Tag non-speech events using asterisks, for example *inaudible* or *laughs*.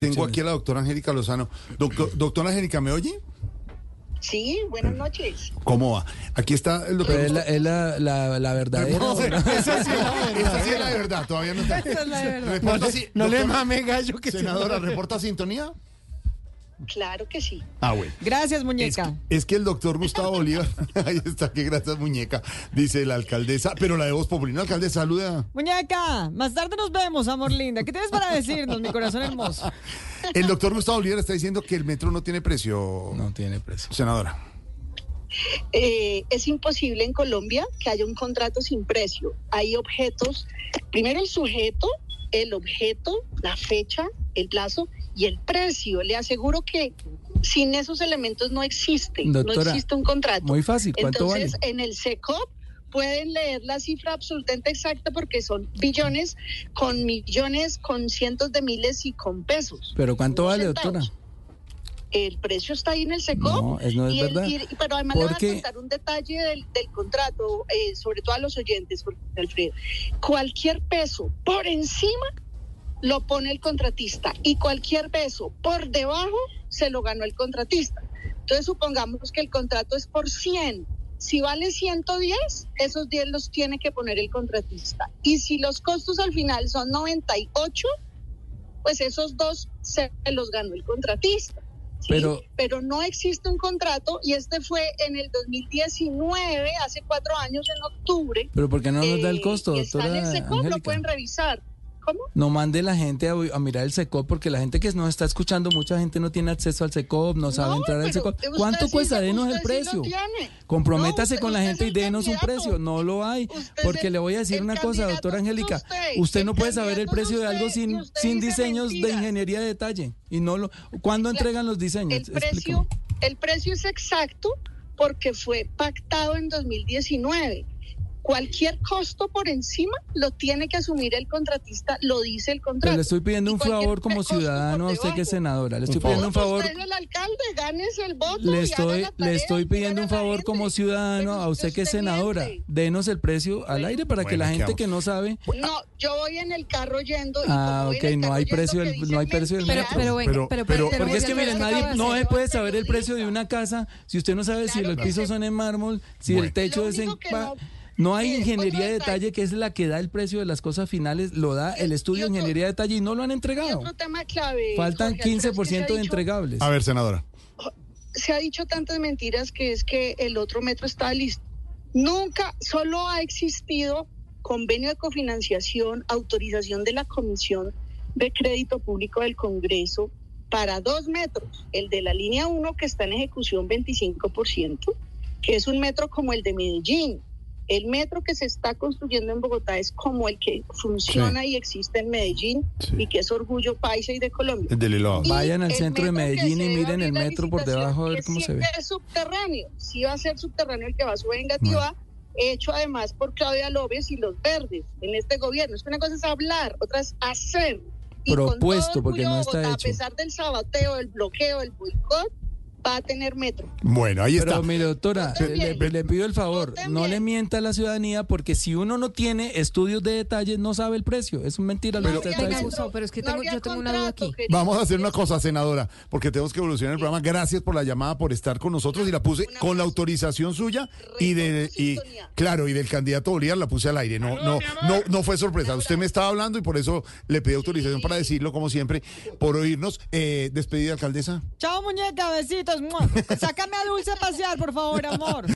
Tengo aquí a la doctora Angélica Lozano. Doctor- doctora Angélica, ¿me oye? Sí, buenas noches. ¿Cómo va? Aquí está el doctor. Pero es la, es la, la, la verdadera. No, ¿no? *laughs* esa sí, esa sí es la verdad, todavía no está. Esa es la verdad. Reporta si- doctora- mame gallo que Senadora, ¿reporta sintonía? Claro que sí. Ah, bueno. Gracias, Es que, muñeca. es que el doctor Gustavo Bolívar, *laughs* ahí está, qué gracias muñeca, dice la alcaldesa, pero la de Voz Populi, ¿no, alcaldesa? Saluda. Muñeca, más tarde nos vemos, amor linda. ¿Qué tienes *laughs* para decirnos, mi corazón hermoso? El doctor Gustavo Bolívar está diciendo que el metro no tiene precio, No tiene precio. senadora. Eh, es imposible en Colombia que haya un contrato sin precio. Hay objetos, primero el sujeto, el objeto, la fecha, el plazo y el precio. Le aseguro que sin esos elementos no existe, no Doctora, existe un contrato. Muy fácil. ¿Cuánto Entonces, vale? en el SECOP pueden leer la cifra absolutamente exacta porque son billones con millones, con cientos de miles y con pesos. ¿Pero cuánto eh, no vale, doctora? centavos. El precio está ahí en el SECOP. No, es, no es Y el- verdad. y- y- pero además le Porque- voy a contar un detalle del, del contrato, eh, sobre todo a los oyentes, porque, Alfredo. Cualquier peso por encima lo pone el contratista y cualquier peso por debajo se lo ganó el contratista. Entonces supongamos que el contrato es por 100. Si vale 110, esos 10 los tiene que poner el contratista. Y si los costos al final son 98, pues esos dos se los ganó el contratista. ¿sí? Pero- Pero no existe un contrato y este fue en el 2019, hace cuatro años, en octubre. ¿Pero por qué no nos da el eh, costo, que está en doctora el SECOP, lo Angélica? pueden revisar. ¿Cómo? No mande la gente a, a mirar el SECOP porque la gente que nos está escuchando, mucha gente no tiene acceso al SECOP, no sabe entrar al pero SECOP. usted ¿Cuánto sí- cuesta? Denos el usted sí precio. lo tiene. Comprométase No, usted- con la usted gente y es el denos un candidato. precio. No lo hay. Usted es Porque el- le voy a decir el una cosa, candidato doctora es Angélica. Usted, usted. no El puede saber el candidato es precio de algo usted. sin, Y usted sin dice diseños de mentiras. ingeniería de detalle. Y no lo. ¿Cuándo Claro, entregan los diseños? El precio, Explíqueme. el precio es exacto porque fue pactado en 2019. Cualquier costo por encima lo tiene que asumir el contratista, lo dice el Pero contrato. le estoy pidiendo Y un cualquier favor como costo por ciudadano a usted que es debajo. senadora. Le estoy Un favor. pidiendo un favor. Pues, Usted es el alcalde, gánese el voto. y Le haga estoy, la tarea le y estoy dígale pidiendo a un la favor como gente. ciudadano Pero a es usted que es usted senadora. miente. Denos el precio al aire para que Bueno, la ¿qué gente hago? que no sabe. No, yo voy en el carro yendo. Y Ah, como voy en ok, el no carro hay yendo precio que del- no dicen hay precio del Pero, mentiras, pero, venga, Pero- pero, pero- pero- Porque es que, pero- mire, pero- nadie, pero- no pero- se puede saber el periodista. precio de una casa si usted no sabe si Claro los que pisos sí. son en mármol, si Bueno. el techo Lo es en... único que pa- no- No hay Mire, ingeniería otro de detalle. detalle, que es la que da el precio de las cosas finales, lo da el Y- estudio y de otro- ingeniería de detalle y no lo han Y entregado. otro tema clave. Faltan Jorge Alfredo, es que se ha 15% de dicho- entregables. A ver, senadora. se ha dicho tantas mentiras que es que el otro metro está listo. Nunca, solo ha existido convenio de cofinanciación, autorización de la Comisión de Crédito Público del Congreso para dos metros, el de la línea 1 que está en ejecución 25%, que es un metro como el de Medellín. El metro que se está construyendo en Bogotá es como el que funciona y existe en Medellín Sí. y que es orgullo paisa y de Colombia. El del helado. Y Vayan al el centro de metro que Medellín se y debe miren el abrir la metro por licitación, debajo a que ver cómo se ve. siempre Es subterráneo, sí va a ser subterráneo el que va a subir en Gativa, hecho además por Claudia López y los verdes en este gobierno. Es que una cosa es hablar, otra es hacer. Y con todo Propuesto, porque orgullo no está Bogotá, hecho. A pesar del sabateo, el bloqueo, el boicot, va a tener metro. Bueno, ahí está. Pero mire, doctora, Yo le, también. le pido el favor, Yo no le también. mienta a la ciudadanía porque si uno no tiene estudios de detalles no sabe el precio. Es un mentira lo que No usted había está venga, diciendo. contrato, Gustavo, pero es que tengo- había yo tengo una duda contrato, aquí. querido. Vamos a hacer una cosa, senadora, porque tenemos que evolucionar el programa. Gracias por la llamada, por estar con nosotros y la puse con la autorización suya y de y claro, y del candidato Bolívar la puse al aire. No no no no fue sorpresa. Usted me estaba hablando y por eso le pedí autorización para decirlo como siempre por oírnos. Eh, despedida alcaldesa. Chao, muñeca, besitos. ¡mua! Sácame a Dulce a pasear, por favor, amor.